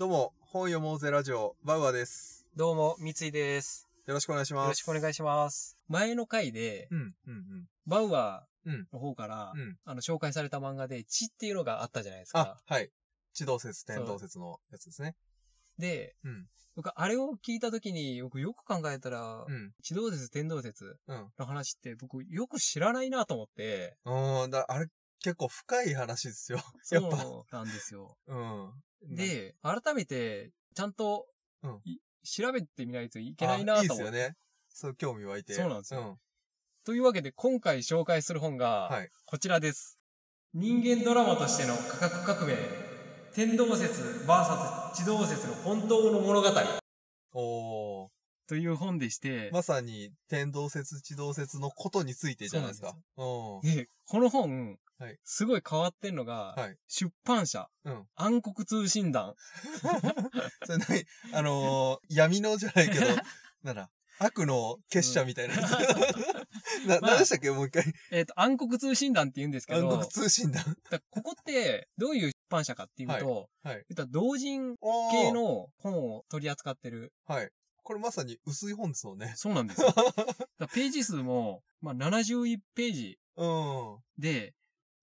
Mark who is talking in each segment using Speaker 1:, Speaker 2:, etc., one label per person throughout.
Speaker 1: もよもうぜラジオ、バウアーです。
Speaker 2: どうも、三井です。
Speaker 1: よろしくお願いします。
Speaker 2: よろしくお願い
Speaker 1: し
Speaker 2: します。前の回で、
Speaker 1: ます。うん、うん、
Speaker 2: バウア
Speaker 1: うん
Speaker 2: ーの方から、
Speaker 1: うん。うん。
Speaker 2: あの、紹介された漫画で、血っていうのがあったじゃないです
Speaker 1: あ
Speaker 2: か。、
Speaker 1: はい。地動説、天動説のやつですね。
Speaker 2: で、
Speaker 1: うん。
Speaker 2: 僕、あれを聞いた時に、僕よく考えたら、
Speaker 1: うん。
Speaker 2: 地動説、天動説
Speaker 1: うん。
Speaker 2: の話って、僕よく知らないなと思って、
Speaker 1: うーん、だあれ、結構深い話ですよ。 やっぱ。
Speaker 2: そうなんですよ。
Speaker 1: うん。 な、
Speaker 2: で、改めて、ちゃんと、
Speaker 1: うん
Speaker 2: い調べてみないとい
Speaker 1: い
Speaker 2: けないなと
Speaker 1: いい
Speaker 2: 思
Speaker 1: で
Speaker 2: っ
Speaker 1: す
Speaker 2: て。
Speaker 1: よね。そう、興味湧いて。
Speaker 2: そうなんですよ
Speaker 1: うん。
Speaker 2: というわけで、今回紹介する本が、
Speaker 1: はい
Speaker 2: こちらです。人間ドラマとしての価格革命、天動説 VS 地動説の本当の物語
Speaker 1: おー。
Speaker 2: という本でして、
Speaker 1: まさに、天動説、地動説のことについてじゃないですか。うん
Speaker 2: でこの本、
Speaker 1: はい
Speaker 2: すごい変わってんのが、
Speaker 1: はい
Speaker 2: 出版社、
Speaker 1: うん
Speaker 2: 暗黒通信団、
Speaker 1: それ何あのー、闇のじゃないけ ど、なんだ、悪の結社みたいなやつ。な、
Speaker 2: まあ
Speaker 1: 何でしたっけもう一回。
Speaker 2: えっ、と、暗黒通信団って言うんですけ
Speaker 1: 暗
Speaker 2: ど、
Speaker 1: 黒通信団。
Speaker 2: だここってどういう出版社かっていうと、
Speaker 1: はいはい
Speaker 2: 言ったら同人
Speaker 1: おー
Speaker 2: 系の本を取り扱ってる。
Speaker 1: はい。これまさに薄い本ですもんね。
Speaker 2: そうなん ですよ。だからページ数も、まあ、71ページ
Speaker 1: うん。
Speaker 2: で、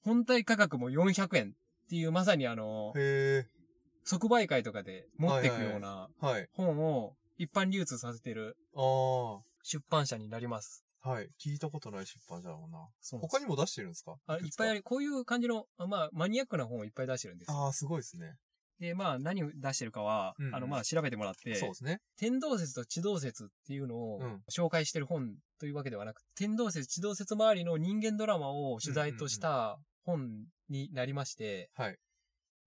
Speaker 2: 本体価格も400円っていう、まさにあの、
Speaker 1: へえ。
Speaker 2: 即売会とかで持っていくような
Speaker 1: はい。
Speaker 2: 本を一般流通させてる
Speaker 1: ああ。は
Speaker 2: 出版社になります。
Speaker 1: い。聞いたことない出版社だもんな。
Speaker 2: そう
Speaker 1: 他にも出してるんですか
Speaker 2: あいっぱいあ
Speaker 1: る。
Speaker 2: り、こういう感じの、あまあ、マニアックな本をいっぱい出してるんですよ。
Speaker 1: ああ、すごいですね。
Speaker 2: で、まあ、何を出してるかは、
Speaker 1: うんうん
Speaker 2: あの、まあ、調べてもらっ
Speaker 1: そう
Speaker 2: て
Speaker 1: で、すね。
Speaker 2: 天動説と地動説っていうのを
Speaker 1: うん
Speaker 2: 紹介してる本というわけではなく、天動説、地動説周りの人間ドラマを取材とした本になりまして、
Speaker 1: はい。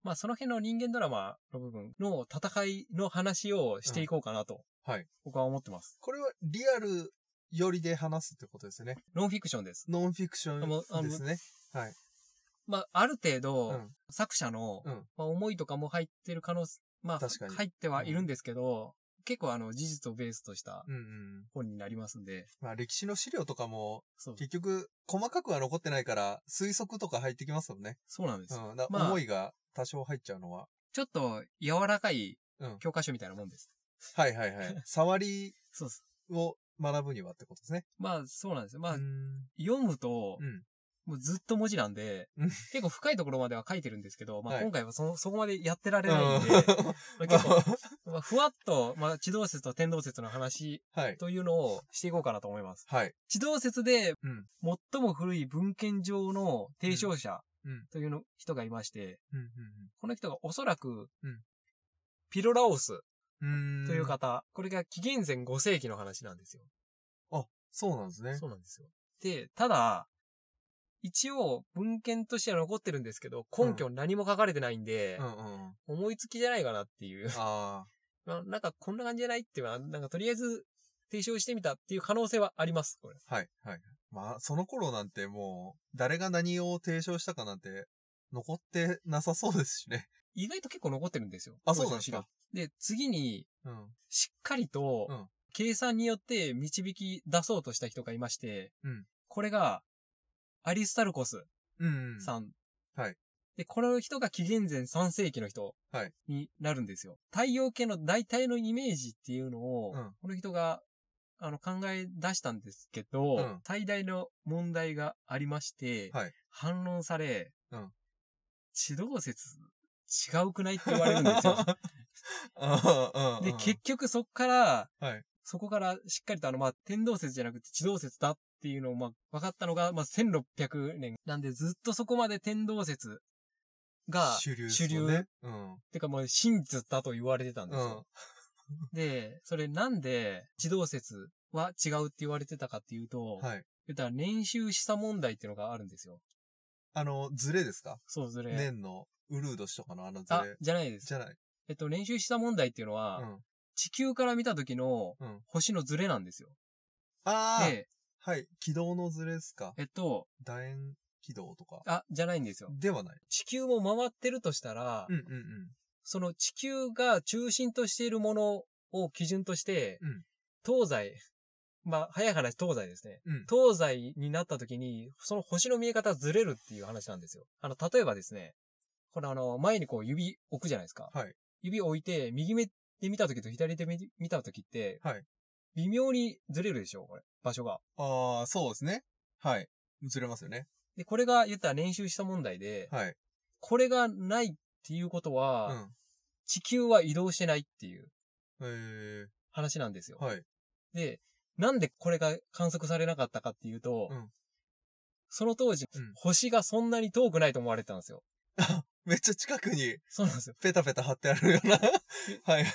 Speaker 2: まあその辺の人間ドラマの部分の戦いの話をしていこうかなと、
Speaker 1: はい。
Speaker 2: 僕は思ってます。
Speaker 1: これはリアルよりで話すってことですよね。
Speaker 2: ノンフィクションです。
Speaker 1: ノンフィクショ
Speaker 2: あもうあ
Speaker 1: ン
Speaker 2: の
Speaker 1: ですね。
Speaker 2: まあある程
Speaker 1: う
Speaker 2: 度、
Speaker 1: ん。
Speaker 2: 作者の、
Speaker 1: うん
Speaker 2: まあ、思いとかも入ってる可能性、まあ
Speaker 1: 確かに
Speaker 2: 入ってはいるんですけど、結構あの事実をベースとした
Speaker 1: うんうん。
Speaker 2: 本になりますんで、
Speaker 1: まあ歴史の資料とかも
Speaker 2: そう
Speaker 1: 結局細かくは残ってないから推測とか入ってきますもんね。
Speaker 2: そうなんです、
Speaker 1: うん。だ
Speaker 2: まあ
Speaker 1: 思いが多少入っちゃうのは。
Speaker 2: ちょっと柔らかい
Speaker 1: うん
Speaker 2: 教科書みたいなもんです。
Speaker 1: はいはい はい。触り
Speaker 2: そうです。
Speaker 1: を学ぶにはってことですね。
Speaker 2: まあそうなんですよ。まあ、
Speaker 1: うん
Speaker 2: 読むと、
Speaker 1: うん
Speaker 2: もうずっと文字なんで、
Speaker 1: うん
Speaker 2: 結構深いところまでは書いてるんですけど、ま
Speaker 1: は
Speaker 2: あ
Speaker 1: い
Speaker 2: 今回はそのそこまでやってられないんで、
Speaker 1: は
Speaker 2: まあ結構、まあ、ふわっと、まあ、地動説と天動説の話
Speaker 1: い。
Speaker 2: というのをしていこうかなと思います。
Speaker 1: はい。
Speaker 2: 地動説で
Speaker 1: うん。
Speaker 2: 最も古い文献上の提唱者
Speaker 1: うんうん
Speaker 2: というの人がいまして、
Speaker 1: うん
Speaker 2: この人がおそらく
Speaker 1: うん、
Speaker 2: ピロラオス
Speaker 1: うん。うん
Speaker 2: という。方、これが紀元前5世紀の話なんですよ。
Speaker 1: そうなんですね。
Speaker 2: そうなんですよ。で、ただ、一応文献としては残ってるんですけど、根拠何も書かれてないんで
Speaker 1: う、んうん。
Speaker 2: 思いつきじゃないかなっていう。
Speaker 1: あ
Speaker 2: まあ、なんかこんな感じじゃないっていうのは、なんかとりあえず提唱してみたっていう可能性はあります、これ。
Speaker 1: あ。はい。はい。まあ、その頃なんてもう、誰が何を提唱したかなんて、残ってなさそうですしね。
Speaker 2: 意外と結構残ってるんですよ。
Speaker 1: あそうなんですか
Speaker 2: 当時の資料で、次に、
Speaker 1: うん。
Speaker 2: しっかりと
Speaker 1: うん、
Speaker 2: 計算によって導き出そうとした人がいまして、
Speaker 1: うん
Speaker 2: これが、アリスタルコス
Speaker 1: うんうん。
Speaker 2: さん。
Speaker 1: はい
Speaker 2: で、この人が紀元前3世紀の人
Speaker 1: はい
Speaker 2: になるんですよ。太陽系の大体のイメージっていうのを、
Speaker 1: うん
Speaker 2: この人が、あの、考え出したんですけど、
Speaker 1: うん
Speaker 2: 最大の問題がありまして、
Speaker 1: はい
Speaker 2: 反論され、
Speaker 1: うん
Speaker 2: 地動説違うくないって言われるんですよ。
Speaker 1: うん。うん。
Speaker 2: で、結局そっから、
Speaker 1: はい
Speaker 2: そこからしっかりとあの、まあ、天動説じゃなくて地動説だっていうのを、まあ、分かったのが、まあ、1600年なんで、ずっとそこまで天動説が、
Speaker 1: 主流です
Speaker 2: 主
Speaker 1: もん
Speaker 2: 流、
Speaker 1: ね。うん。
Speaker 2: てかもう真実だと言われてたんですよ。で、それなんで地動説は違うって言われてたかっていうと、
Speaker 1: うん。はい。
Speaker 2: 言ったら年収示差問題っていうのがあるんですよ。
Speaker 1: あの、ズレですか
Speaker 2: そうずれ。
Speaker 1: 年の、ウルード氏とかのあのズ
Speaker 2: あ
Speaker 1: レ。、
Speaker 2: じゃないです
Speaker 1: じ。ゃない。
Speaker 2: えっと、年収示差問題っていうのは、
Speaker 1: うん。
Speaker 2: 地球から見た時の
Speaker 1: うん
Speaker 2: 星のズレなんですよ。
Speaker 1: あ
Speaker 2: で、
Speaker 1: あ。はい。軌道のズレですか
Speaker 2: えっと、
Speaker 1: 楕円軌道とか。
Speaker 2: あ、じゃないんですよ。
Speaker 1: ではない。
Speaker 2: 地球も回ってるとしたら、
Speaker 1: うんうんうん。
Speaker 2: その地球が中心としているものを基準として、
Speaker 1: うん
Speaker 2: 東西、まあ、早い話東西ですね。
Speaker 1: うん
Speaker 2: 東西になった時に、その星の見え方がずれるっていう話なんですよ。あの、例えばですね、このあの、前にこう指置くじゃないですか。
Speaker 1: はい
Speaker 2: 指置いて、右目で見た時と左手見見た時って、
Speaker 1: はい
Speaker 2: 微妙にずれるでしょこれ。場所が。
Speaker 1: ああ、そうですね。はい。ずれますよね。
Speaker 2: で、これが言ったら練習した問題で、
Speaker 1: はい。
Speaker 2: これがないっていうことは、
Speaker 1: うん。
Speaker 2: 地球は移動してないっていう
Speaker 1: え
Speaker 2: 話なんですよ。
Speaker 1: ー、はい。
Speaker 2: で、なんでこれが観測されなかったかっていうと、
Speaker 1: うん
Speaker 2: その当時、
Speaker 1: うん
Speaker 2: 星がそんなに遠くないと思われてたんですよ。
Speaker 1: めっちゃ近くに
Speaker 2: そうなんですよ。
Speaker 1: ペタペタ貼ってあるよ うな。はい。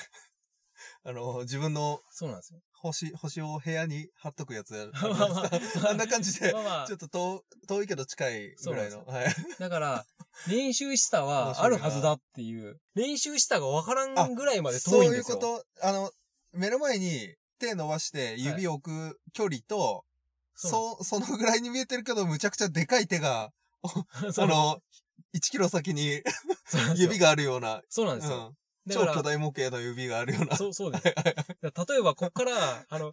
Speaker 1: あの、自分の
Speaker 2: そうなんですよ。
Speaker 1: 星、星を部屋に貼っとくやつやる。
Speaker 2: まあ まあ
Speaker 1: あんな感じで
Speaker 2: ま、あまあ
Speaker 1: ちょっと遠遠いけど近いぐらいの。はい。
Speaker 2: だから、練習したはあるはずだっていう、練習したがわからんぐらいまで
Speaker 1: そ
Speaker 2: 遠
Speaker 1: う
Speaker 2: いん
Speaker 1: い
Speaker 2: で
Speaker 1: うこ
Speaker 2: すよ。
Speaker 1: と、あの、目の前に手伸ばして指を置く距離と、
Speaker 2: そう
Speaker 1: そう、そのぐらいに見えてるけど、むちゃくちゃでかい手が、
Speaker 2: なんですよ。
Speaker 1: あの、1キロ先に
Speaker 2: そうなんですよ
Speaker 1: 指があるような、
Speaker 2: そうなん
Speaker 1: う
Speaker 2: ですよ。
Speaker 1: ん、
Speaker 2: だ
Speaker 1: 超
Speaker 2: か
Speaker 1: 巨
Speaker 2: ら、
Speaker 1: 大模型の指があるような。
Speaker 2: そう、そうです。だから例えば、こっから、あの、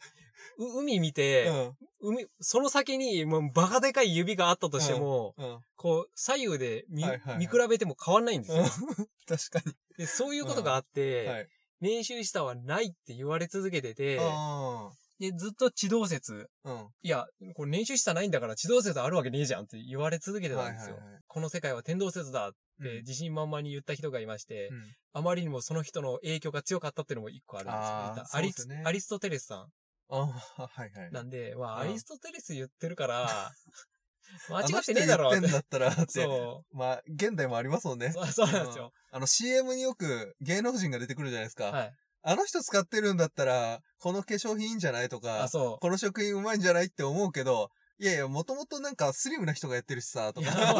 Speaker 2: う海見て、海、その先に、もうバカでかい指があったとしても、
Speaker 1: うん。うん。
Speaker 2: こう、左右で見、
Speaker 1: はいはいはい
Speaker 2: 見比べても変わんないん ですよ。
Speaker 1: 確か
Speaker 2: でそういうことがあって、
Speaker 1: に。はい。
Speaker 2: 練習したはないって言われ続けてて、
Speaker 1: あ
Speaker 2: で、ずっと地動説、
Speaker 1: あ。うん。
Speaker 2: いや、これ練習したないんだから地動説あるわけねえじゃんって言われ続けてた
Speaker 1: はい
Speaker 2: ん
Speaker 1: はい
Speaker 2: で
Speaker 1: は
Speaker 2: す
Speaker 1: い
Speaker 2: よ。この世界は天動説だっ
Speaker 1: うん
Speaker 2: て自信満々に言った人がいまして、
Speaker 1: うん
Speaker 2: あまりにもその人の影響が強かったっていうのも一個あるんですよ
Speaker 1: あー
Speaker 2: 言った
Speaker 1: そう
Speaker 2: ア
Speaker 1: で
Speaker 2: リ
Speaker 1: す
Speaker 2: ス、
Speaker 1: ね
Speaker 2: アリストテレスさ
Speaker 1: ああ、はいはい
Speaker 2: ん。なんで、まあ、
Speaker 1: う
Speaker 2: ア
Speaker 1: ん
Speaker 2: リストテレス言って るから、間違ってねえだろ
Speaker 1: あ
Speaker 2: っ
Speaker 1: の人言っててん。だったらって。
Speaker 2: そ
Speaker 1: まあ、現代もありますもん
Speaker 2: う。
Speaker 1: ね。
Speaker 2: そうそうなんですよ。
Speaker 1: あの CM によく芸能人が出てくるじゃないですか。
Speaker 2: はい。
Speaker 1: あの人使ってるんだったら、この化粧品いいんじゃないと
Speaker 2: あ、
Speaker 1: か、
Speaker 2: そ
Speaker 1: この食品うまいんじゃないって思うけど、いやいや、もともとなんかスリムな人がやってるしさ、
Speaker 2: う。
Speaker 1: と
Speaker 2: いや、
Speaker 1: か。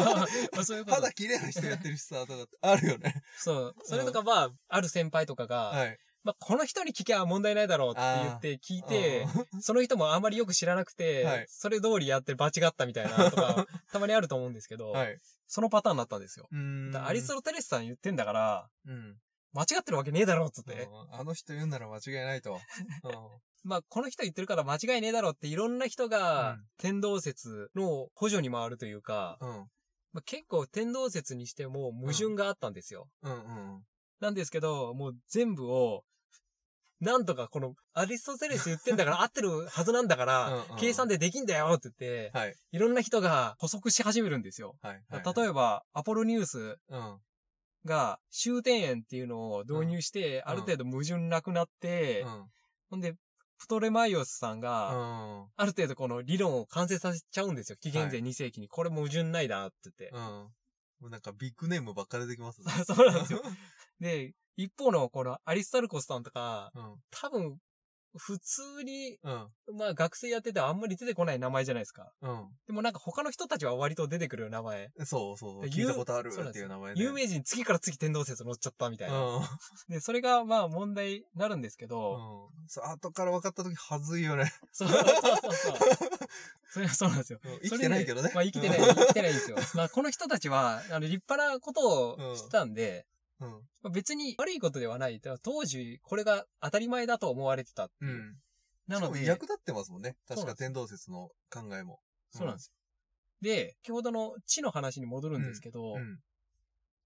Speaker 2: まあ、そういうこと
Speaker 1: 肌。綺麗な人やってるしさ、とかってあるよね。
Speaker 2: そう。それとか、まあ、ある先輩とかが、
Speaker 1: はい。
Speaker 2: まあ、この人に聞きゃ問題ないだろうって言って聞いて、その人もあんまりよく知らなくて、
Speaker 1: はい
Speaker 2: それ通りやって場違ったみたいな とか、たまにあると思うんですけど、
Speaker 1: うんはい。
Speaker 2: そのパターンだったんですよ。
Speaker 1: うーん。
Speaker 2: だからアリストテレスさん言ってんだから、
Speaker 1: うん。
Speaker 2: 間違ってるわけねえだろうっつって、
Speaker 1: うんあの人言うなら間違いない と。うん
Speaker 2: まあこの人言ってるから間違いねえだろうっていろんな人
Speaker 1: う
Speaker 2: が
Speaker 1: ん、
Speaker 2: 天動説の補助に回るというか、
Speaker 1: うん。
Speaker 2: まあ、結構天動説にしても矛盾があったんですよ。
Speaker 1: うんうん。
Speaker 2: なんですけど、もう全部を、なんとかこのアリストテレス言ってんだから合ってるはずなんだから
Speaker 1: うんうん、
Speaker 2: 計算でできんだよって言って、
Speaker 1: はい。
Speaker 2: いろんな人が補足し始めるんですよ。
Speaker 1: はい。
Speaker 2: 例
Speaker 1: え
Speaker 2: えば、アポロニュース
Speaker 1: ば、
Speaker 2: が終点円っていうのを導入して、
Speaker 1: うん
Speaker 2: ある程度矛盾なくなって
Speaker 1: う、ん。
Speaker 2: ほんで、プトレマイオスさん
Speaker 1: う
Speaker 2: が、
Speaker 1: ん。
Speaker 2: ある程度この理論を完成させちゃうんですよ。紀元前2世紀に。これ矛盾ないなって言って
Speaker 1: う。ん。もうなんかビッグネームばっか出てきますね。
Speaker 2: そうなんですよ。で、一方のこのアリスタルコスさんとか、
Speaker 1: うん。
Speaker 2: 多分、普通に
Speaker 1: うん。
Speaker 2: まあ学生やっててあんまり出てこない名前じゃないですか。
Speaker 1: う
Speaker 2: でもなんか他の人たちは割と出てくる名前。
Speaker 1: ん。そうそう。
Speaker 2: 有
Speaker 1: 聞いたことある
Speaker 2: そうなん
Speaker 1: っ
Speaker 2: で
Speaker 1: て
Speaker 2: す
Speaker 1: いう
Speaker 2: よ
Speaker 1: 名前で。
Speaker 2: 有名人次から次天動説乗っちゃったみたいな。
Speaker 1: うん。
Speaker 2: で、それがまあ問題になるんですけ
Speaker 1: う
Speaker 2: ど、
Speaker 1: ん。そう、後から分かったときはずいよね。
Speaker 2: そうそうそう そう。それはそうなんですよ。
Speaker 1: うん生きてないけどね。
Speaker 2: それでまあ生きてない、生きてないんですよ。まあこの人たちは、あの立派なことをしてたんで、
Speaker 1: うん。
Speaker 2: まあ別に悪いことではない。だから当時、これが当たり前だと思われてたって
Speaker 1: う
Speaker 2: い
Speaker 1: ん。
Speaker 2: な
Speaker 1: しか
Speaker 2: の
Speaker 1: も
Speaker 2: で、
Speaker 1: 役立ってますもんね。確
Speaker 2: そう
Speaker 1: か
Speaker 2: なんです
Speaker 1: 天動説の考えも。
Speaker 2: そうなんですよ。で、先ほどの地の話に戻るんですけど、
Speaker 1: うん。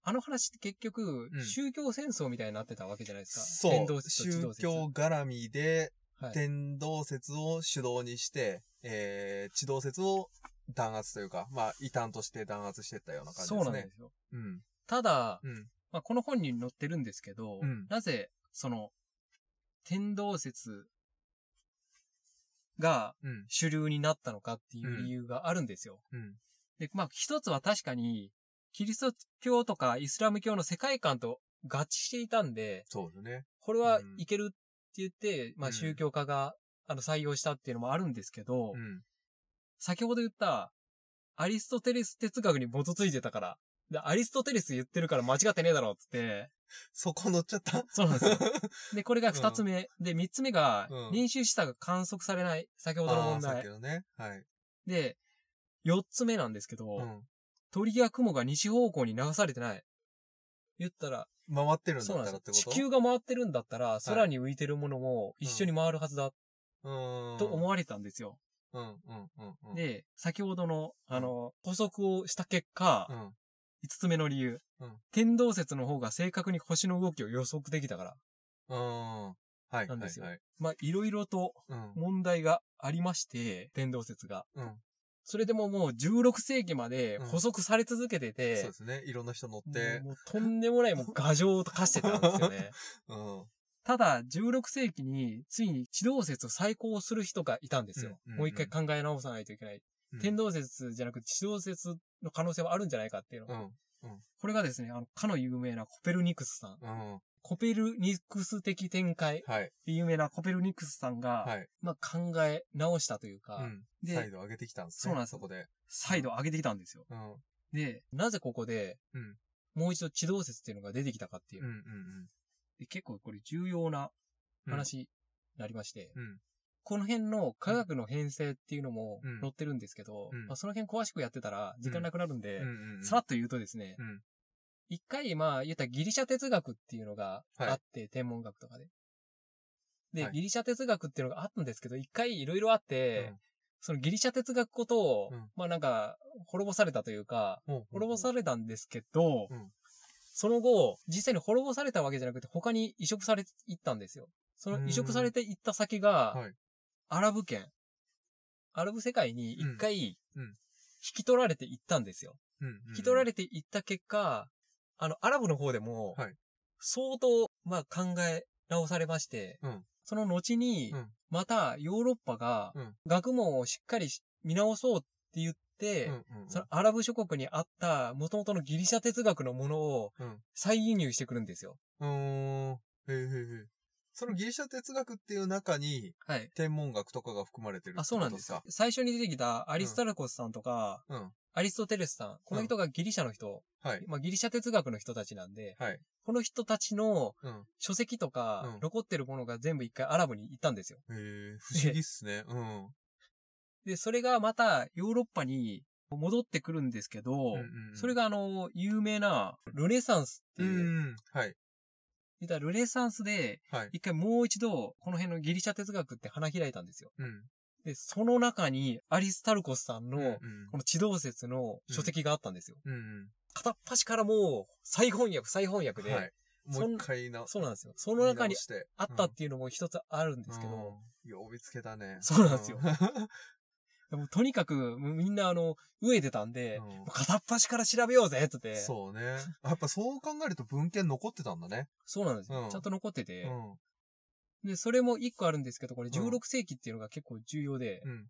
Speaker 2: あの話って結局
Speaker 1: うん、
Speaker 2: 宗教戦争みたいになってたわけじゃないですか。
Speaker 1: そ
Speaker 2: 天
Speaker 1: う。
Speaker 2: 動説と地動
Speaker 1: 宗
Speaker 2: 説。
Speaker 1: 教絡みで、
Speaker 2: はい
Speaker 1: 天動説を主導にして、えー、地動説を弾圧というか、まあ、異端として弾圧してったような感じ
Speaker 2: そ
Speaker 1: で
Speaker 2: う
Speaker 1: す
Speaker 2: なん
Speaker 1: ね
Speaker 2: で。すよ。
Speaker 1: うん。
Speaker 2: ただ、
Speaker 1: うん。
Speaker 2: まあ、この本に載ってるんですけど、
Speaker 1: うん
Speaker 2: なぜ、その、天動説が
Speaker 1: うん。
Speaker 2: 主流になったのかっていう理由があるんですよ。
Speaker 1: うん。
Speaker 2: で、まあ、一つは確かに、キリスト教とかイスラム教の世界観と合致していたんで、
Speaker 1: そうだね。
Speaker 2: これ
Speaker 1: うん
Speaker 2: はいけるって言って、ま
Speaker 1: う
Speaker 2: あ、
Speaker 1: ん
Speaker 2: 宗教家が、あの、採用したっていうのもあるんですけど、
Speaker 1: うん。
Speaker 2: 先ほど言った、アリストテレス哲学に基づいてたから、でアリストテレス言ってるから間違ってねえだろっつって、
Speaker 1: そこ乗っちゃった。
Speaker 2: そうなんですよ。で、これが二つ目。で、三つ目が
Speaker 1: うん、
Speaker 2: 練習したが観測されない。先ほどの
Speaker 1: ああー、
Speaker 2: 問
Speaker 1: そうだ
Speaker 2: 題
Speaker 1: け。どね。はい。
Speaker 2: で、四つ目なんですけど、
Speaker 1: うん。
Speaker 2: 鳥や雲が西方向に流されてない。言ったら、
Speaker 1: 回ってるんだ
Speaker 2: そう
Speaker 1: った
Speaker 2: なんで
Speaker 1: らってこと
Speaker 2: すよ。地球が回ってるんだったら、空に浮いてるものも一緒に回るはずだ、
Speaker 1: うーん。
Speaker 2: と思われたんですよ。
Speaker 1: うん。うん。うん。うん。
Speaker 2: で、先ほどの、あの、補足をした結果、
Speaker 1: うん。
Speaker 2: 五つ目の理由。
Speaker 1: うん
Speaker 2: 天動説の方が正確に星の動きを予測できたから。
Speaker 1: うん。はい、はい、
Speaker 2: なんですよ
Speaker 1: はい。
Speaker 2: まあ、いろいろと
Speaker 1: うん。
Speaker 2: 問題がありまして、天動説が。
Speaker 1: うん。
Speaker 2: それでももう16世紀まで
Speaker 1: うん
Speaker 2: 補足され続けてて、
Speaker 1: そうですね。いろんな人乗っ
Speaker 2: も
Speaker 1: て
Speaker 2: う。もうとんでもないもう牙城と化してたんです よね。
Speaker 1: うん。
Speaker 2: ただ、16世紀についに地動説を再考する人がいたんですよ。
Speaker 1: うんうんうん
Speaker 2: もう一回考え直さないといけない。
Speaker 1: うん
Speaker 2: 天動説じゃなくて地動説の可能性はあるんじゃないかっていうの。
Speaker 1: うん。
Speaker 2: これがですね、あの、かの有名なコペルニクスさん。
Speaker 1: うん。
Speaker 2: コペルニクス的展開
Speaker 1: はい。
Speaker 2: で有名なコペルニクスさんが、
Speaker 1: はい。
Speaker 2: まあ考え直したというか、
Speaker 1: うん。
Speaker 2: で
Speaker 1: 再度上げてきたんですね。
Speaker 2: そうなんです
Speaker 1: そこで。
Speaker 2: 再度上げてきたんですよ。
Speaker 1: うん。うん。
Speaker 2: で、なぜここで、
Speaker 1: うん
Speaker 2: もう一度地動説っていうのが出てきたかっていう
Speaker 1: う。ん。うん。
Speaker 2: で結構これ重要な
Speaker 1: うん。
Speaker 2: 話になりまして、
Speaker 1: うん。
Speaker 2: この辺の科学の編成っていうのも
Speaker 1: うん
Speaker 2: 載ってるんですけど、
Speaker 1: うん
Speaker 2: まあ、その辺詳しくやってたら時間なくなるんで、
Speaker 1: うんうんうん。
Speaker 2: さらっと言うとですね、
Speaker 1: うん
Speaker 2: 一回、まあ、言ったらギリシャ哲学っていうのがあって、天文学とかで。で、
Speaker 1: はい
Speaker 2: ギリシャ哲学っていうのがあったんですけど、一回いろいろあって、
Speaker 1: うん
Speaker 2: そのギリシャ哲学ことを、
Speaker 1: うん
Speaker 2: まあなんか、滅ぼされたというか、
Speaker 1: ほうほうほう
Speaker 2: 滅ぼされたんですけど、
Speaker 1: うん
Speaker 2: その後、実際に滅ぼされたわけじゃなくて、他に移植されていったんですよ。そう
Speaker 1: ー
Speaker 2: の
Speaker 1: ん
Speaker 2: 移植されていった先が、
Speaker 1: はい
Speaker 2: アラブ圏、アラブ世界に一回、
Speaker 1: うんうん
Speaker 2: 引き取られていったんですよ。
Speaker 1: うんうんうん。
Speaker 2: 引き取ら
Speaker 1: れ
Speaker 2: れていった結果、あの、アラブの方でも
Speaker 1: はい、
Speaker 2: 相当、まあ考え直されまして、
Speaker 1: うん
Speaker 2: その後に、
Speaker 1: うん
Speaker 2: またヨーロッパが
Speaker 1: うん、
Speaker 2: 学問をしっかりし見直そうって言って、
Speaker 1: うんうんうん。
Speaker 2: そのアラブ諸国にあった元々のギリシャ哲学のものを
Speaker 1: うん
Speaker 2: 再輸入してくるんですよ。
Speaker 1: うーん。へえへえへえ。そのギリシャ哲学っていう中に
Speaker 2: はい。
Speaker 1: 天文学とかが含まれてるって
Speaker 2: あ、そうなんです
Speaker 1: こと
Speaker 2: よ。最初に出てきたアリスタルコスさんとか、
Speaker 1: うん
Speaker 2: アリストテレスさん、この人がギリシャの人、
Speaker 1: か。はい。
Speaker 2: まあギリシャ哲学の人たちなんで、
Speaker 1: はい。
Speaker 2: この人たちの
Speaker 1: うん。
Speaker 2: 書籍とか
Speaker 1: うん、
Speaker 2: 残ってるものが全部一回アラブに行ったんですよ。
Speaker 1: へえ、不思議っすね。うん。
Speaker 2: で、それがまたヨーロッパに戻ってくるんですけど、
Speaker 1: うんうんうん
Speaker 2: それがあの、有名なルネサンスって
Speaker 1: う
Speaker 2: いう、
Speaker 1: ん。はい。
Speaker 2: 言ったらルネサンスで、
Speaker 1: はい。
Speaker 2: 一回もう一度、この辺のギリシャ哲学って花開いたんですよ。
Speaker 1: うん。
Speaker 2: で、その中にアリスタルコスさんの、
Speaker 1: うん
Speaker 2: この地動説の書籍があったんですよ。
Speaker 1: うん。
Speaker 2: 片っ端からもう、再翻訳、再翻訳で、
Speaker 1: はい。も
Speaker 2: そん
Speaker 1: う一回な。
Speaker 2: そうなんですよ。その中にあった
Speaker 1: て
Speaker 2: っていうのも一つあるんですけど、
Speaker 1: うん、呼びつけたね。
Speaker 2: そうなんですよ
Speaker 1: うん
Speaker 2: でもとにかく、もうみんなあの、飢えてたんで、
Speaker 1: うん
Speaker 2: も う片っ端から調べようぜってって。
Speaker 1: そう ね。やっぱそう考えると文献残ってたんだね。
Speaker 2: そうなんですよ。
Speaker 1: うん
Speaker 2: ちゃんと残ってて、
Speaker 1: うん。
Speaker 2: で、それも一個あるんですけど、これ
Speaker 1: ん
Speaker 2: 16世紀っていうのが結構重要で、
Speaker 1: うん。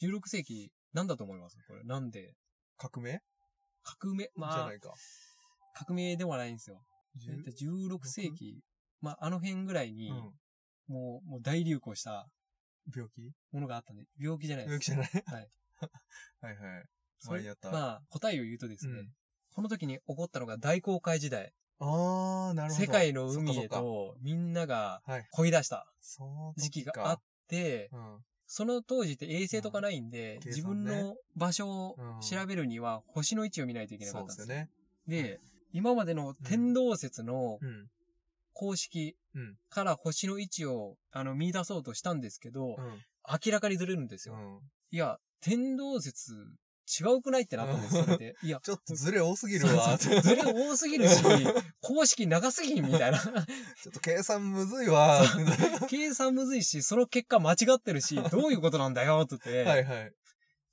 Speaker 2: 16世紀、なんだと思いますこれ。なんで
Speaker 1: 革命
Speaker 2: 革命、
Speaker 1: じゃ
Speaker 2: まあ
Speaker 1: な、いか。
Speaker 2: 革命ではないんですよ。えっと16世紀、まあ、あの辺ぐらいに
Speaker 1: う、ん。
Speaker 2: もう、もう大流行した
Speaker 1: 病気
Speaker 2: ものがあったんで、病気じゃないです。
Speaker 1: 病気じゃない
Speaker 2: はい。
Speaker 1: はいはい。
Speaker 2: そ
Speaker 1: 前
Speaker 2: れ
Speaker 1: にやった。
Speaker 2: まあ、答えを言うとですね、
Speaker 1: うん
Speaker 2: この時に起こったのが大航海時代。
Speaker 1: ああ、なるほど。
Speaker 2: 世界の海
Speaker 1: そっ
Speaker 2: へ
Speaker 1: かそっか
Speaker 2: と、みんなが、
Speaker 1: はい。
Speaker 2: 漕い出した
Speaker 1: その
Speaker 2: 時期があっ、
Speaker 1: ってうん。
Speaker 2: その当時って衛星とかないんで、
Speaker 1: うん計
Speaker 2: 自
Speaker 1: 算
Speaker 2: 分
Speaker 1: ね
Speaker 2: の場所を調べるには星の位置を見ないといけなか
Speaker 1: そ
Speaker 2: っ
Speaker 1: うで
Speaker 2: たん
Speaker 1: す
Speaker 2: で
Speaker 1: よ
Speaker 2: すよ。
Speaker 1: ね。
Speaker 2: で、今までの天動説の
Speaker 1: うん。
Speaker 2: 公式
Speaker 1: うん
Speaker 2: から星の位置をあの見出そうとしたんですけど
Speaker 1: う、ん。
Speaker 2: 明らかにずれるんです
Speaker 1: う
Speaker 2: よ。
Speaker 1: ん。
Speaker 2: いや、天動説違うくないってなったんですよ。そ れでいや、
Speaker 1: ちょっとズレ多すぎる
Speaker 2: そう
Speaker 1: わ。
Speaker 2: そう ずれ多すぎるし、公式長すぎんみたいな。
Speaker 1: ちょっと計算むずいわ。は
Speaker 2: 計算むずいし、その結果間違ってるし、どういうことなんだよ、つって。
Speaker 1: い はい。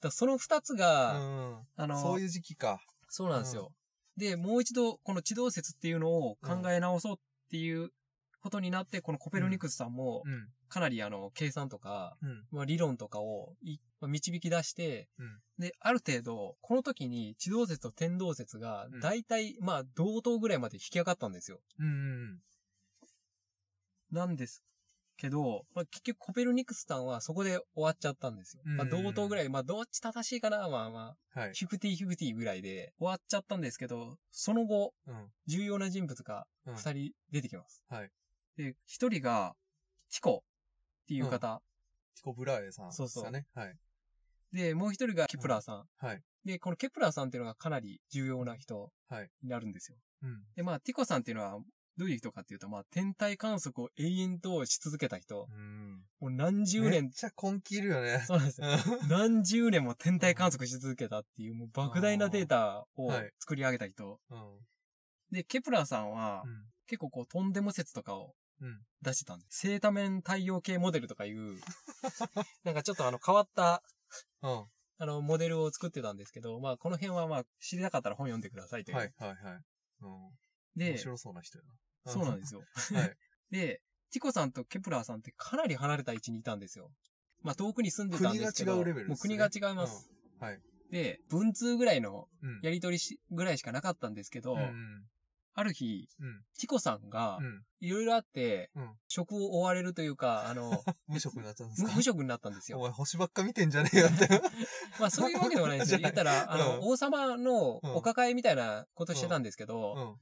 Speaker 2: だその二つ
Speaker 1: う
Speaker 2: が、
Speaker 1: ん。
Speaker 2: あの、
Speaker 1: そういう時期か。
Speaker 2: そうなんですよ。で、もう一度、この地動説っていうのを考え直そうっていうことになって、このコペルニクスさんも、
Speaker 1: うん。
Speaker 2: かなりあの、計算とか、
Speaker 1: うん。
Speaker 2: まあ、理論とかをいまあ導き出して、
Speaker 1: うん
Speaker 2: で、ある程度、この時に地動説と天動説が
Speaker 1: うん、
Speaker 2: 大体、まあ、同等ぐらいまで引き上がったんですよ。
Speaker 1: うん。
Speaker 2: なんですけど、まあ、結局コペルニクスさんはそこで終わっちゃったんですよ。まあ、
Speaker 1: うん
Speaker 2: 同等ぐらい、まあどっち正しいかな、まあまあ、
Speaker 1: はい。
Speaker 2: 50-50ぐらいで終わっちゃったんですけど、その後、
Speaker 1: うん。
Speaker 2: 重要な人物が
Speaker 1: うん
Speaker 2: 二人出てきます。
Speaker 1: はい。
Speaker 2: で、一人が、ティコっていう方。
Speaker 1: ティコ・ブラーエさんですかね。
Speaker 2: そうそう
Speaker 1: はい。
Speaker 2: で、もう一人がケプラーさん,、
Speaker 1: はい。
Speaker 2: で、このケプラーさんっていうのがかなり重要な人
Speaker 1: はい
Speaker 2: になるんですよ。
Speaker 1: うん。
Speaker 2: で、まあ、ティコさんっていうのは、どういう人かっていうと、まあ、天体観測を永遠とし続けた人。
Speaker 1: うん。
Speaker 2: もう何十
Speaker 1: めっ
Speaker 2: 年、
Speaker 1: ちゃ根気いるよね。
Speaker 2: そうなんですよ。 何十年も天体観測し続けたっていう、もう莫大なデータを
Speaker 1: はい
Speaker 2: 作り上げた人。
Speaker 1: うん。
Speaker 2: で、ケプラーさんは
Speaker 1: う、ん
Speaker 2: 結構こう、とんでも説とかを
Speaker 1: うん
Speaker 2: 出してたんです。正多面太陽系モデルと かいう、なんかちょっとあの変わった、
Speaker 1: うん。は
Speaker 2: あの、モデルを作ってたんですけど、まあ、この辺はまあ、知りたかったら本読んでくださいと
Speaker 1: い
Speaker 2: いう。
Speaker 1: はいはい。うん。面
Speaker 2: で、
Speaker 1: 白そうな人やな。。
Speaker 2: そうなんですすよ。
Speaker 1: はい。
Speaker 2: で、ティコさんとケプラーさんってかなり離れた位置にいたんですよ。まあ、遠くに住んでたんですけど。
Speaker 1: 国が違うレベル
Speaker 2: も
Speaker 1: で
Speaker 2: う
Speaker 1: すね
Speaker 2: 国が違います。
Speaker 1: うんはい
Speaker 2: で、文通ぐらいの
Speaker 1: うん。
Speaker 2: やりとりし、ぐらいしかなかったんですけど、
Speaker 1: うん
Speaker 2: ある日、
Speaker 1: うん。うん
Speaker 2: ティコさんが
Speaker 1: う、ん。
Speaker 2: いろいろあって、
Speaker 1: うん
Speaker 2: 職を追われるというか、あの、
Speaker 1: 無職になっちゃうんです
Speaker 2: 無
Speaker 1: か
Speaker 2: 無職になったんです
Speaker 1: お
Speaker 2: よ。
Speaker 1: 前星ばっか見てんじゃねえよって。
Speaker 2: まあそういうわけではないんです よ。
Speaker 1: じゃ
Speaker 2: 言
Speaker 1: あ
Speaker 2: ったら、あの、
Speaker 1: うん
Speaker 2: 王様の
Speaker 1: うん
Speaker 2: お抱えみたいなことしてたんですけど、
Speaker 1: うん。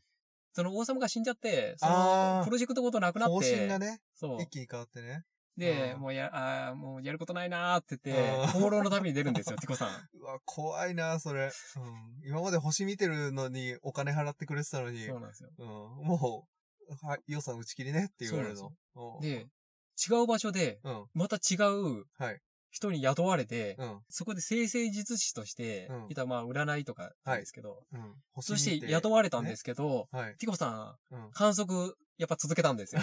Speaker 2: その王様が死んじゃって、そ
Speaker 1: あ
Speaker 2: の
Speaker 1: ー
Speaker 2: プロジェクトごとなくなっ
Speaker 1: 方針
Speaker 2: て、
Speaker 1: がね、
Speaker 2: そう。
Speaker 1: 一気に変わってね。
Speaker 2: で、
Speaker 1: うん
Speaker 2: もうや、あーもうやることないなーって言って
Speaker 1: うん、
Speaker 2: 放浪の旅に出るんですよ、ティ コさん。
Speaker 1: うわ、怖いな、それ。うん。今まで星見てるのにお金払ってくれてたのに、
Speaker 2: そう
Speaker 1: うん。
Speaker 2: なんですよ。
Speaker 1: もう、はい、予算打ち切りねって言われるの。おう
Speaker 2: で、違う場所で、
Speaker 1: うん。
Speaker 2: また違う
Speaker 1: はい。
Speaker 2: 人に雇われて、
Speaker 1: うん。
Speaker 2: そこで生成術師として
Speaker 1: うん、
Speaker 2: いたまあ占いとかなんですけど、
Speaker 1: うん。星
Speaker 2: そ
Speaker 1: 見
Speaker 2: して雇われたんですけど、
Speaker 1: はい。
Speaker 2: ティコさ
Speaker 1: うんん、
Speaker 2: 観測、やっぱ続けたんですよ。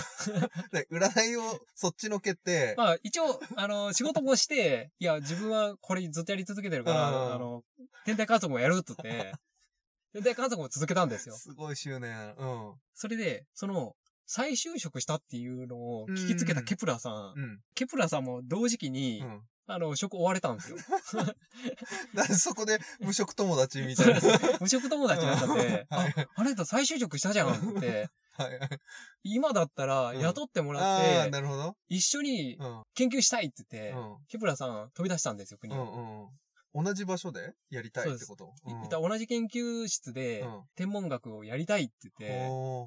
Speaker 1: で、占いをそっちのけて、
Speaker 2: まあ、一応、あの、仕事もして、いや、自分はこれずっとやり続けてるか
Speaker 1: うん
Speaker 2: ら、あの、天体観測もやるって 言って、天体観測も続けたんですよ。
Speaker 1: すごい執念。うん。
Speaker 2: それで、その、再就職したっていうのを聞きつけたケプラーさん、
Speaker 1: うん。
Speaker 2: ケプラーさんも同時期に、
Speaker 1: うん。
Speaker 2: あの、職追われた んですよ。
Speaker 1: なんでそこで無職友達みたいな。
Speaker 2: そう無職友達になっちゃって、
Speaker 1: は
Speaker 2: あ
Speaker 1: い、
Speaker 2: あなた再就職したじゃんって
Speaker 1: はいはい。
Speaker 2: 今だったら
Speaker 1: うん
Speaker 2: 雇ってもら
Speaker 1: ああ
Speaker 2: っ
Speaker 1: ー、
Speaker 2: て、
Speaker 1: なるほど。
Speaker 2: 一緒に
Speaker 1: うん。
Speaker 2: 研究したいって言って、
Speaker 1: うん。
Speaker 2: ケプラーさん飛び出したんですよ、国
Speaker 1: う
Speaker 2: を。
Speaker 1: んうん。同じ場所でやりたいってこと
Speaker 2: い
Speaker 1: うん
Speaker 2: いた同じ研究室で
Speaker 1: うん
Speaker 2: 天文学をやりたいって言って、
Speaker 1: おー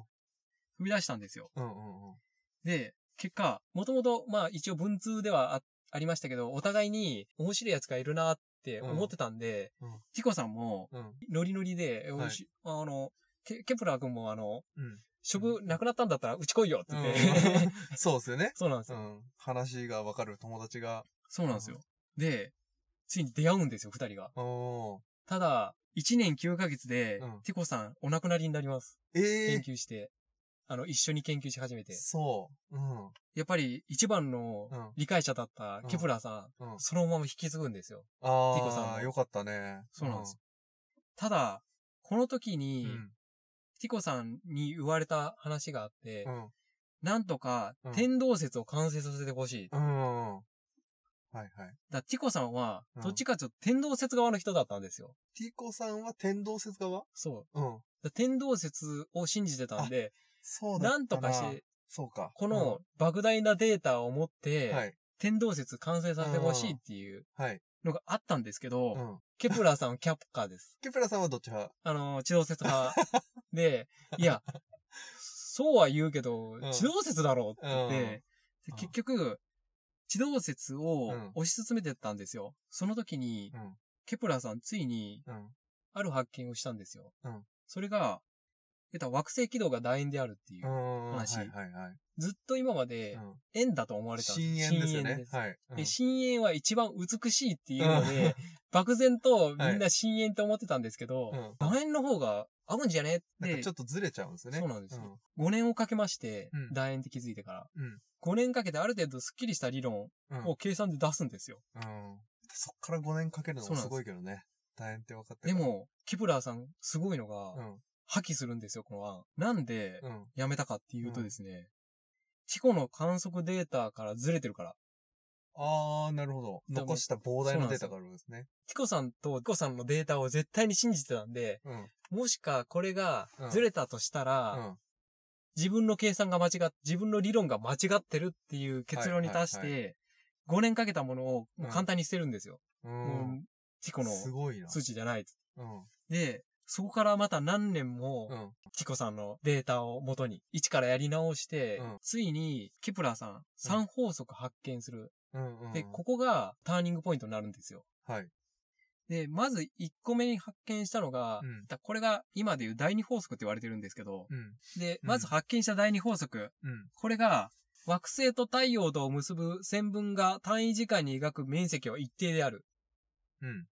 Speaker 2: 踏み出したんですよ。
Speaker 1: うんうんうん。
Speaker 2: で、結果、もともと、まあ一応文通ではあありましたけど、お互いに面白いやつがいるなって思ってたんで、
Speaker 1: うんうん
Speaker 2: ティコさんも
Speaker 1: うん。
Speaker 2: ノリノリで、
Speaker 1: はい
Speaker 2: おしあの、ケケプラー君もあの、
Speaker 1: うん
Speaker 2: 職なくなったんだったらうち来いよって
Speaker 1: う
Speaker 2: 言
Speaker 1: ん
Speaker 2: って、
Speaker 1: そうですよね。
Speaker 2: そうなんです
Speaker 1: う
Speaker 2: よ。
Speaker 1: ん。話がわかる友達が。
Speaker 2: そうなんですよ。で、ついに出会うんですよ、二人が。
Speaker 1: おー
Speaker 2: ただ、1年9ヶ月で、
Speaker 1: うん
Speaker 2: ティコさんお亡くなりになります。
Speaker 1: え
Speaker 2: 研
Speaker 1: え。
Speaker 2: 究して、あの、一緒に研究し始めて。
Speaker 1: そう。うん。
Speaker 2: やっぱり一番の
Speaker 1: うん
Speaker 2: 理解者だったケプラーさん、
Speaker 1: うん。
Speaker 2: そのまま引き継ぐんですよ。ティコさん
Speaker 1: ああ、
Speaker 2: も
Speaker 1: よかったね。
Speaker 2: そうなんですよ。ただ、この時
Speaker 1: う
Speaker 2: に、
Speaker 1: ん。
Speaker 2: ティコさんに言われた話があって、
Speaker 1: うん。
Speaker 2: なんとか
Speaker 1: うん
Speaker 2: 天動説を完成させてほしい。
Speaker 1: うんうんうん。はいはい。
Speaker 2: だティコさんは
Speaker 1: う、ん
Speaker 2: どっちかというと天動説側の人だったんですよ。
Speaker 1: ティコさんは天動説側
Speaker 2: そう。
Speaker 1: うん。
Speaker 2: だ天動説を信じてたんで、
Speaker 1: そうだった
Speaker 2: なんとかして、、
Speaker 1: そうか。
Speaker 2: この莫大なデータを持っ
Speaker 1: う
Speaker 2: て、
Speaker 1: ん、はい。
Speaker 2: 天動説完成させてほしいっていう
Speaker 1: はい。
Speaker 2: のがあったんですけど、
Speaker 1: うん。
Speaker 2: ケプラーさんはキャッカーです。
Speaker 1: ケプラさんはどっち派
Speaker 2: あの、地動説 派で、いや、そうは言うけど
Speaker 1: ん、
Speaker 2: 地動説だろうって言って、で
Speaker 1: うん
Speaker 2: 結局、地動説を
Speaker 1: うん
Speaker 2: 推し進めてったんですよ。その時に、
Speaker 1: うん
Speaker 2: ケプラーさんついに
Speaker 1: うん。
Speaker 2: ある発見をしたんですよ。
Speaker 1: うん
Speaker 2: それが、えっと、惑星軌道が楕円であるっていう。
Speaker 1: うん。はい
Speaker 2: 話
Speaker 1: はいはい。
Speaker 2: ずっと今まで
Speaker 1: うん
Speaker 2: 円だと思われてたん
Speaker 1: 深淵ですよ
Speaker 2: 深淵
Speaker 1: ね
Speaker 2: で。す
Speaker 1: はい。うん
Speaker 2: で深淵は一番美しいっていうので、漠然とみんな深淵と思ってたんですけど、
Speaker 1: うん
Speaker 2: 楕円の方が合うんじゃねっ
Speaker 1: なん
Speaker 2: て
Speaker 1: かちょっとずれちゃうんですよね。
Speaker 2: そうなんですよ5年をかけまして
Speaker 1: う、ん
Speaker 2: 楕円って気づいてから、
Speaker 1: うん
Speaker 2: 5年かけてある程度スッキリした理論
Speaker 1: うん。うん
Speaker 2: を計算で出すんですよ。
Speaker 1: うんそっから5年かけるの
Speaker 2: そう
Speaker 1: も
Speaker 2: なんで
Speaker 1: す
Speaker 2: す
Speaker 1: ごいけどね。大変って分かって
Speaker 2: で
Speaker 1: るから、
Speaker 2: も、ケプラーさん、すごいのが、破棄するんですよ、この案。なんで
Speaker 1: う、ん。うん。
Speaker 2: やめたかっていうとですね、ティコの観測データからずれてるから。
Speaker 1: あー、なるほど。
Speaker 2: でも
Speaker 1: 残した膨大なデータがあるんですね。
Speaker 2: ティコさんとティコさんのデータを絶対に信じてたんで、
Speaker 1: うん。
Speaker 2: もしかこれが
Speaker 1: うん
Speaker 2: ずれたとしたら、
Speaker 1: うん。
Speaker 2: 自分の計算が間違っ、自分の理論が間違ってるっていう結論に達して、
Speaker 1: はいは
Speaker 2: 5年かけたものをもう簡単に捨てるんですよ。
Speaker 1: う
Speaker 2: も
Speaker 1: ん。
Speaker 2: うティコの
Speaker 1: すごいな。
Speaker 2: 数値じゃない。
Speaker 1: うん。
Speaker 2: で、そこからまた何年も
Speaker 1: う、ん。
Speaker 2: チコさんのデータを元に、一からやり直して、
Speaker 1: うん
Speaker 2: ついに、ケプラーさん、3法則発見する。
Speaker 1: うん。うん
Speaker 2: で、ここがターニングポイントになるんですよ。
Speaker 1: はい。
Speaker 2: で、まず1個目に発見したのが、
Speaker 1: うん
Speaker 2: だこれが今でいう第2法則って言われてるんですけど、
Speaker 1: うん。
Speaker 2: で、
Speaker 1: うん
Speaker 2: まず発見した第2法則。
Speaker 1: うん。
Speaker 2: これが、惑星と太陽とを結ぶ線分が単位時間に描く面積は一定である。
Speaker 1: うん。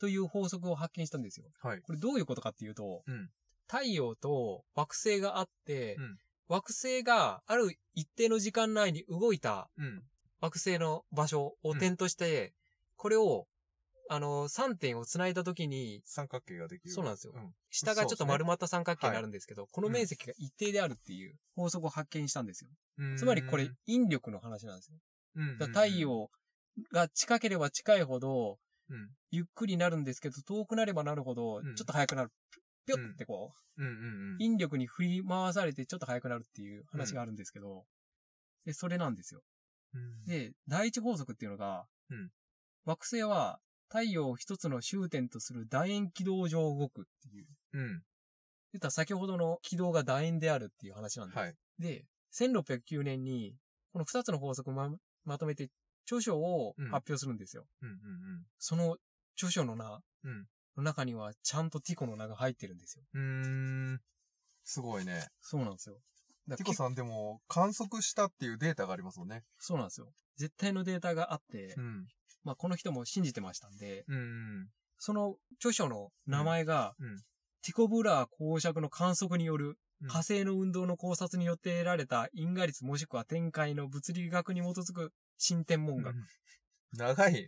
Speaker 2: という法則を発見したんですよ。
Speaker 1: はい。
Speaker 2: これどういうことかっていうと、
Speaker 1: うん
Speaker 2: 太陽と惑星があって、
Speaker 1: うん
Speaker 2: 惑星がある一定の時間内に動いた
Speaker 1: うん。
Speaker 2: 惑星の場所を点として、これを、あの、3点を繋いだ時に、
Speaker 1: 三角形ができる。
Speaker 2: そうなんですよ
Speaker 1: ん
Speaker 2: 下がちょっと丸まった三角形になるんですけど、この
Speaker 1: うん
Speaker 2: 面積が一定であるっていう法則を発見したんですよ。
Speaker 1: うん
Speaker 2: つまりこれ、引力の話なんですよ。
Speaker 1: うん
Speaker 2: だから太。陽が近ければ近いほど、
Speaker 1: うん
Speaker 2: ゆっくりなるんですけど、遠くなればなるほど、
Speaker 1: うん
Speaker 2: ちょっと速くなる。ぴょってこう、
Speaker 1: うんうんうん。
Speaker 2: 引力に振り回されてちょっと速くなるっていう話があるんですけど、で、それなんですよ。
Speaker 1: うん
Speaker 2: で、第一法則っていうのが、
Speaker 1: うん
Speaker 2: 惑星は太陽を一つの終点とする楕円軌道上動くっていう。
Speaker 1: うん。
Speaker 2: 言ったら先ほどの軌道が楕円であるっていう話なんです。
Speaker 1: はい。
Speaker 2: で、1609年に、この二つの法則をままとめて著書を
Speaker 1: うん
Speaker 2: 発表するんですよ。
Speaker 1: うんうんうん。
Speaker 2: その著書のな、
Speaker 1: うん
Speaker 2: の中にはちゃんとティコの名が入ってるんですよ。
Speaker 1: うーん。すごいね。
Speaker 2: そうなんですよ。だ
Speaker 1: テ
Speaker 2: か
Speaker 1: ィ
Speaker 2: ら
Speaker 1: コさんでも観測したっていうデータがありますもんね。
Speaker 2: そうなんですよ。絶対のデータがあって、
Speaker 1: うん。
Speaker 2: まあこの人も信じてましたんで、
Speaker 1: うん。
Speaker 2: その著書の名前が、
Speaker 1: うんうん
Speaker 2: ティコブラー公爵の観測による
Speaker 1: うん
Speaker 2: 火星の運動の考察によって得られた因果率もしくは展開の物理学に基づく新天文学。
Speaker 1: うん長い。へ
Speaker 2: い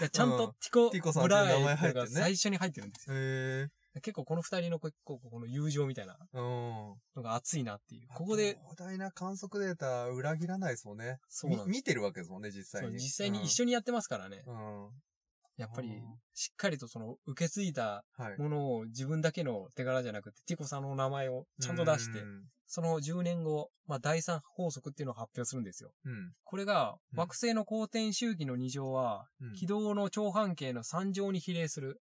Speaker 2: やちゃん
Speaker 1: うん
Speaker 2: とティコ・
Speaker 1: ティコさん
Speaker 2: ブ
Speaker 1: っていう
Speaker 2: ラ
Speaker 1: 名前入
Speaker 2: ーエ
Speaker 1: ってる
Speaker 2: が
Speaker 1: ね
Speaker 2: 最初に入ってるんですよ。
Speaker 1: え。
Speaker 2: 結構この二人の結構この友情みたいな
Speaker 1: うん。
Speaker 2: のが熱いなっていう。ここで、
Speaker 1: 膨大な観測データ裏切らないですもんね。
Speaker 2: そう
Speaker 1: み
Speaker 2: なんです
Speaker 1: 見てるわけですもんね、実
Speaker 2: そ
Speaker 1: 際
Speaker 2: う
Speaker 1: に。
Speaker 2: 実際に一
Speaker 1: 緒
Speaker 2: 緒にやってますからね。
Speaker 1: うん。うん
Speaker 2: やっぱり
Speaker 1: うん、
Speaker 2: しっかりとその、受け継いだ
Speaker 1: はい。
Speaker 2: ものを自分だけの手柄じゃなくて、ティコさんの名前をちゃんと出して
Speaker 1: う、ん
Speaker 2: その10年後、まあ、第3法則っていうのを発表するんですよ。
Speaker 1: うん。
Speaker 2: これが、
Speaker 1: うん
Speaker 2: 惑星の公転周期の2乗は、
Speaker 1: うん
Speaker 2: 軌道の長半径の3乗に比例する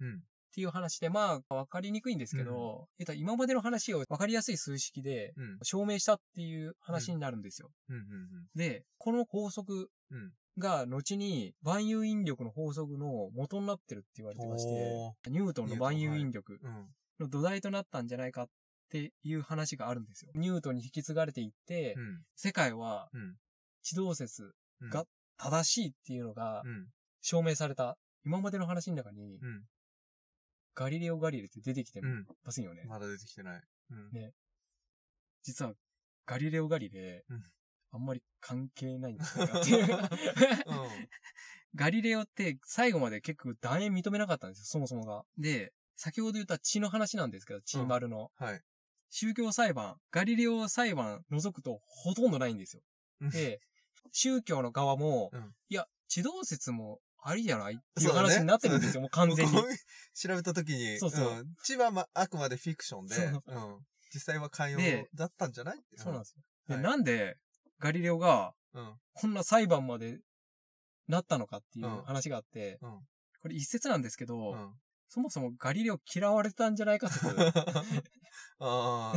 Speaker 1: うん。
Speaker 2: っていう話で、まあ、わかりにくいんですけど、えっと、今までの話をわかりやすい数式で
Speaker 1: うん。
Speaker 2: 証明したっていう話になるんですよ。
Speaker 1: うん。うん。
Speaker 2: で、この法則
Speaker 1: うん。
Speaker 2: が後に万有引力の法則の元になってるって言われてまして、
Speaker 1: おー
Speaker 2: ニュートンの万有引力
Speaker 1: うん。
Speaker 2: の土台となったんじゃないかっていう話があるんですよ。ニュートンに引き継がれていって、
Speaker 1: うん。
Speaker 2: 世界は
Speaker 1: うん。
Speaker 2: 地動説
Speaker 1: うん
Speaker 2: が正しいっていうのが
Speaker 1: うん。
Speaker 2: 証明された。今までの話の中に、
Speaker 1: うん。
Speaker 2: ガリレオ・ガリレイって出てきて
Speaker 1: うん。
Speaker 2: ますよね。
Speaker 1: まだ出てきてない。うん
Speaker 2: ね実は、ガリレオ・ガリレイ、
Speaker 1: うん
Speaker 2: あんまり関係ないんじゃないかっ ていう。ガリレオって最後まで結構断円認めなかったんですよ、そもそもが。で、先ほど言った血の話なんですけど、血丸の。
Speaker 1: うん。はい。
Speaker 2: 宗教裁判、ガリレオ裁判除くとほとんどないんですよ。
Speaker 1: うん
Speaker 2: で、宗教の側も、
Speaker 1: うん
Speaker 2: いや、地動説もありじゃないっていう
Speaker 1: そうだね
Speaker 2: 話になってるんですよ、もう 完全に
Speaker 1: こ。ういう調べたときに、
Speaker 2: そうそうん
Speaker 1: 千葉はまあくまでフィクションで、
Speaker 2: そう
Speaker 1: うん実際は寛容
Speaker 2: で
Speaker 1: だったんじゃない。
Speaker 2: そうなんですすよ。で
Speaker 1: はい
Speaker 2: なんで、ガリレオが、
Speaker 1: うん
Speaker 2: こんな裁判までなったのかっていう
Speaker 1: うん
Speaker 2: 話があって、
Speaker 1: うん
Speaker 2: これ一説なんですけど、
Speaker 1: うん。
Speaker 2: そもそもガリレオ嫌われたんじゃないか説。
Speaker 1: あ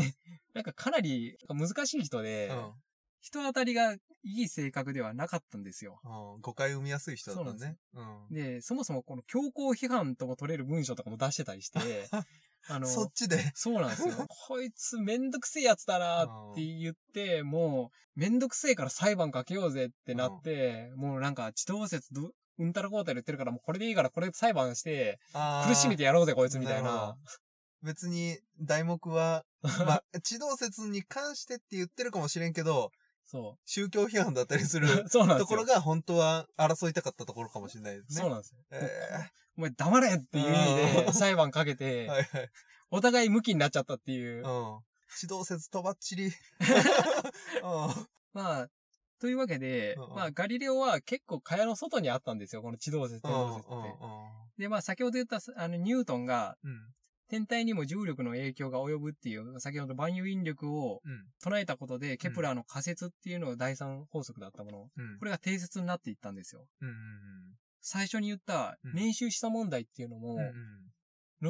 Speaker 2: なんかかなり難しい人で、
Speaker 1: ー
Speaker 2: 人当たりがいい性格ではなかったんですよ。
Speaker 1: うんうん誤解生みやすい人だった
Speaker 2: そうなん
Speaker 1: ね。うん
Speaker 2: で、そもそもこの強行批判とも取れる文章とかも出してたりして、 あの、
Speaker 1: そっちで。
Speaker 2: そうなんですよ。 こいつめんどくせえやつだなって言って、もうめんどくせえから裁判かけようぜってなって、もうなんか地動説ど、うんたらこうたら言ってるからもうこれでいいからこれ裁判して、
Speaker 1: あー
Speaker 2: 苦しめてやろうぜこいつみた
Speaker 1: な
Speaker 2: い
Speaker 1: るほ
Speaker 2: な。
Speaker 1: 別に題目は、まあ、地動説に関してって言ってるかもしれんけど、
Speaker 2: そ
Speaker 1: 宗教批判だったりす
Speaker 2: う
Speaker 1: る。
Speaker 2: そう なんで
Speaker 1: と
Speaker 2: す
Speaker 1: こ
Speaker 2: よ
Speaker 1: ろ。が本当は争いたかったところかもしれないですね。
Speaker 2: そうなんですよ。
Speaker 1: え
Speaker 2: お前黙れっていう意味
Speaker 1: う
Speaker 2: で
Speaker 1: ん
Speaker 2: 裁判かけ
Speaker 1: え
Speaker 2: て、
Speaker 1: はいはい。
Speaker 2: お互い向きになっちゃったって
Speaker 1: う
Speaker 2: いう。
Speaker 1: ん。指導説とばっちり。
Speaker 2: まあ、というわけで、
Speaker 1: うんうん
Speaker 2: まあガリレオは結構蚊帳の外にあったんですよ、この地動説、
Speaker 1: う
Speaker 2: 天
Speaker 1: ん。
Speaker 2: 動説って。で、まあ先ほど言ったあのニュートンが
Speaker 1: うん。
Speaker 2: 天体にも重力の影響が及ぶっていう、先ほど万有引力を
Speaker 1: うん。
Speaker 2: 唱えたことで、ケプラーの仮説っていうのが第三法則だったもの。
Speaker 1: うん。
Speaker 2: これが定説になっていったんですよ。
Speaker 1: うん。
Speaker 2: 最初に言った
Speaker 1: うん
Speaker 2: 年収した問題っていうのも
Speaker 1: うん。う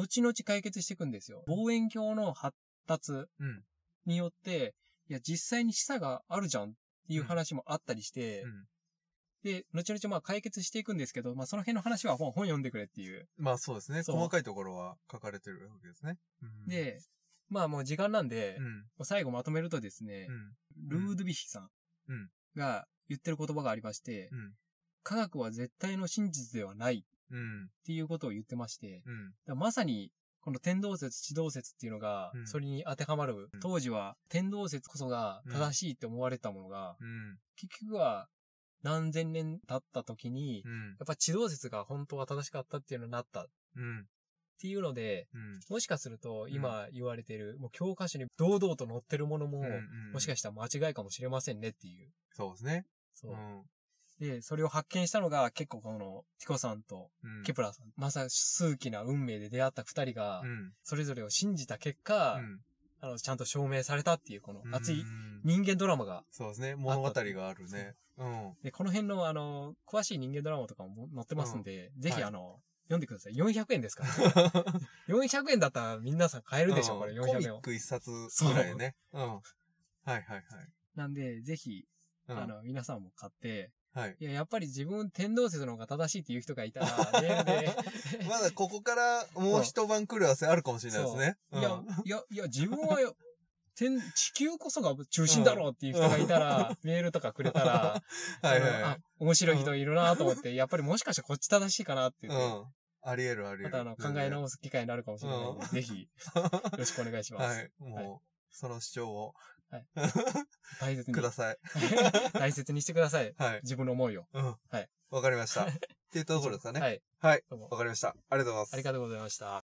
Speaker 1: ん。、
Speaker 2: 後々解決していくんですよ。望遠鏡の発達
Speaker 1: うん
Speaker 2: によって、いや、実際に示唆があるじゃんっていう話もあったりして、
Speaker 1: うん
Speaker 2: で、後々まあ解決していくんですけど、まあその辺の話はもう本読んでくれっていう。
Speaker 1: まあそうですね。
Speaker 2: そう
Speaker 1: 細かいところは書かれてるわけですね。うん、
Speaker 2: で、まあもう時間なんで、
Speaker 1: うん。
Speaker 2: もう最後まとめるとですね、
Speaker 1: うん。
Speaker 2: ルードビヒさ
Speaker 1: うん
Speaker 2: が言ってる言葉がありまして、
Speaker 1: うん。
Speaker 2: 科学は絶対の真実ではないっ
Speaker 1: うん。
Speaker 2: ていうことを言ってまして、
Speaker 1: うん。
Speaker 2: だからまさに、ここの天動説、地動説っていうのが
Speaker 1: う、ん
Speaker 2: それに当てはまる。
Speaker 1: うん
Speaker 2: 当時は、天動説こそが正しいって思われたものが、
Speaker 1: うん。
Speaker 2: 結局は、何千年経った時に、
Speaker 1: うん。
Speaker 2: やっぱ地動説が本当は正しかったっていうのになった。っ
Speaker 1: うん。
Speaker 2: ていうので、
Speaker 1: うん。
Speaker 2: もしかすると、今言われてる、もう教科書に堂々と載ってるものも、
Speaker 1: うん
Speaker 2: もしかしたら間違いかもしれませんねっていう。
Speaker 1: そうですね。
Speaker 2: そうう。
Speaker 1: ん。
Speaker 2: で、それを発見したのが、結構この、ティコさんと
Speaker 1: うん
Speaker 2: ケプラーさん、まさ数奇な運命で出会った二人が
Speaker 1: う、ん。
Speaker 2: それぞれを信じた結果、
Speaker 1: うん
Speaker 2: あの、ちゃんと証明されたっていう、この熱
Speaker 1: う
Speaker 2: い
Speaker 1: ん
Speaker 2: 人間ドラマが、
Speaker 1: そうですね。物語があるね。うん。
Speaker 2: で、この辺の、あの、詳しい人間ドラマとかも載ってますんで、ぜ
Speaker 1: は
Speaker 2: ひ、
Speaker 1: い
Speaker 2: あの、読んでください。400円ですから。400 円だったら皆さん買えるでしょ、これ
Speaker 1: うんコ
Speaker 2: 400
Speaker 1: ミ
Speaker 2: 円
Speaker 1: ッ
Speaker 2: を。
Speaker 1: ク一冊ぐらいね。うん。はいはいはい。
Speaker 2: なんで、ぜひ、
Speaker 1: う
Speaker 2: あ
Speaker 1: ん。
Speaker 2: の、皆さんも買って、
Speaker 1: はい。
Speaker 2: いや、やっぱり自分天動説の方が正しいっていう人がいたら、メールで、
Speaker 1: まだここからもう一晩来る汗あるかもしれないですね。
Speaker 2: いや
Speaker 1: うん、
Speaker 2: いや、いや、自分はよ、天、地球こそが中心だろうっていう人がいたら、メールとかくれたら、
Speaker 1: はい
Speaker 2: あの
Speaker 1: は
Speaker 2: あ、面白い人いるなと思って、やっぱりもしかしたらこっち正しいかなって
Speaker 1: い。
Speaker 2: 言
Speaker 1: う
Speaker 2: って、
Speaker 1: ん。ありえるありえ
Speaker 2: ま
Speaker 1: る。
Speaker 2: たあの、考え直す機会になるかもしれないので、ぜひ、よろしくお願いしま
Speaker 1: は
Speaker 2: す。
Speaker 1: い。もう、その主張を
Speaker 2: 大切に
Speaker 1: く、ださい。
Speaker 2: 大切にしてください。
Speaker 1: はい。
Speaker 2: 自分の思いを。。
Speaker 1: うん。はいわかりました。っていうところですかね。
Speaker 2: はい。
Speaker 1: はい。
Speaker 2: どうも
Speaker 1: わかりました。ありがとうございます
Speaker 2: あり。がとうございました。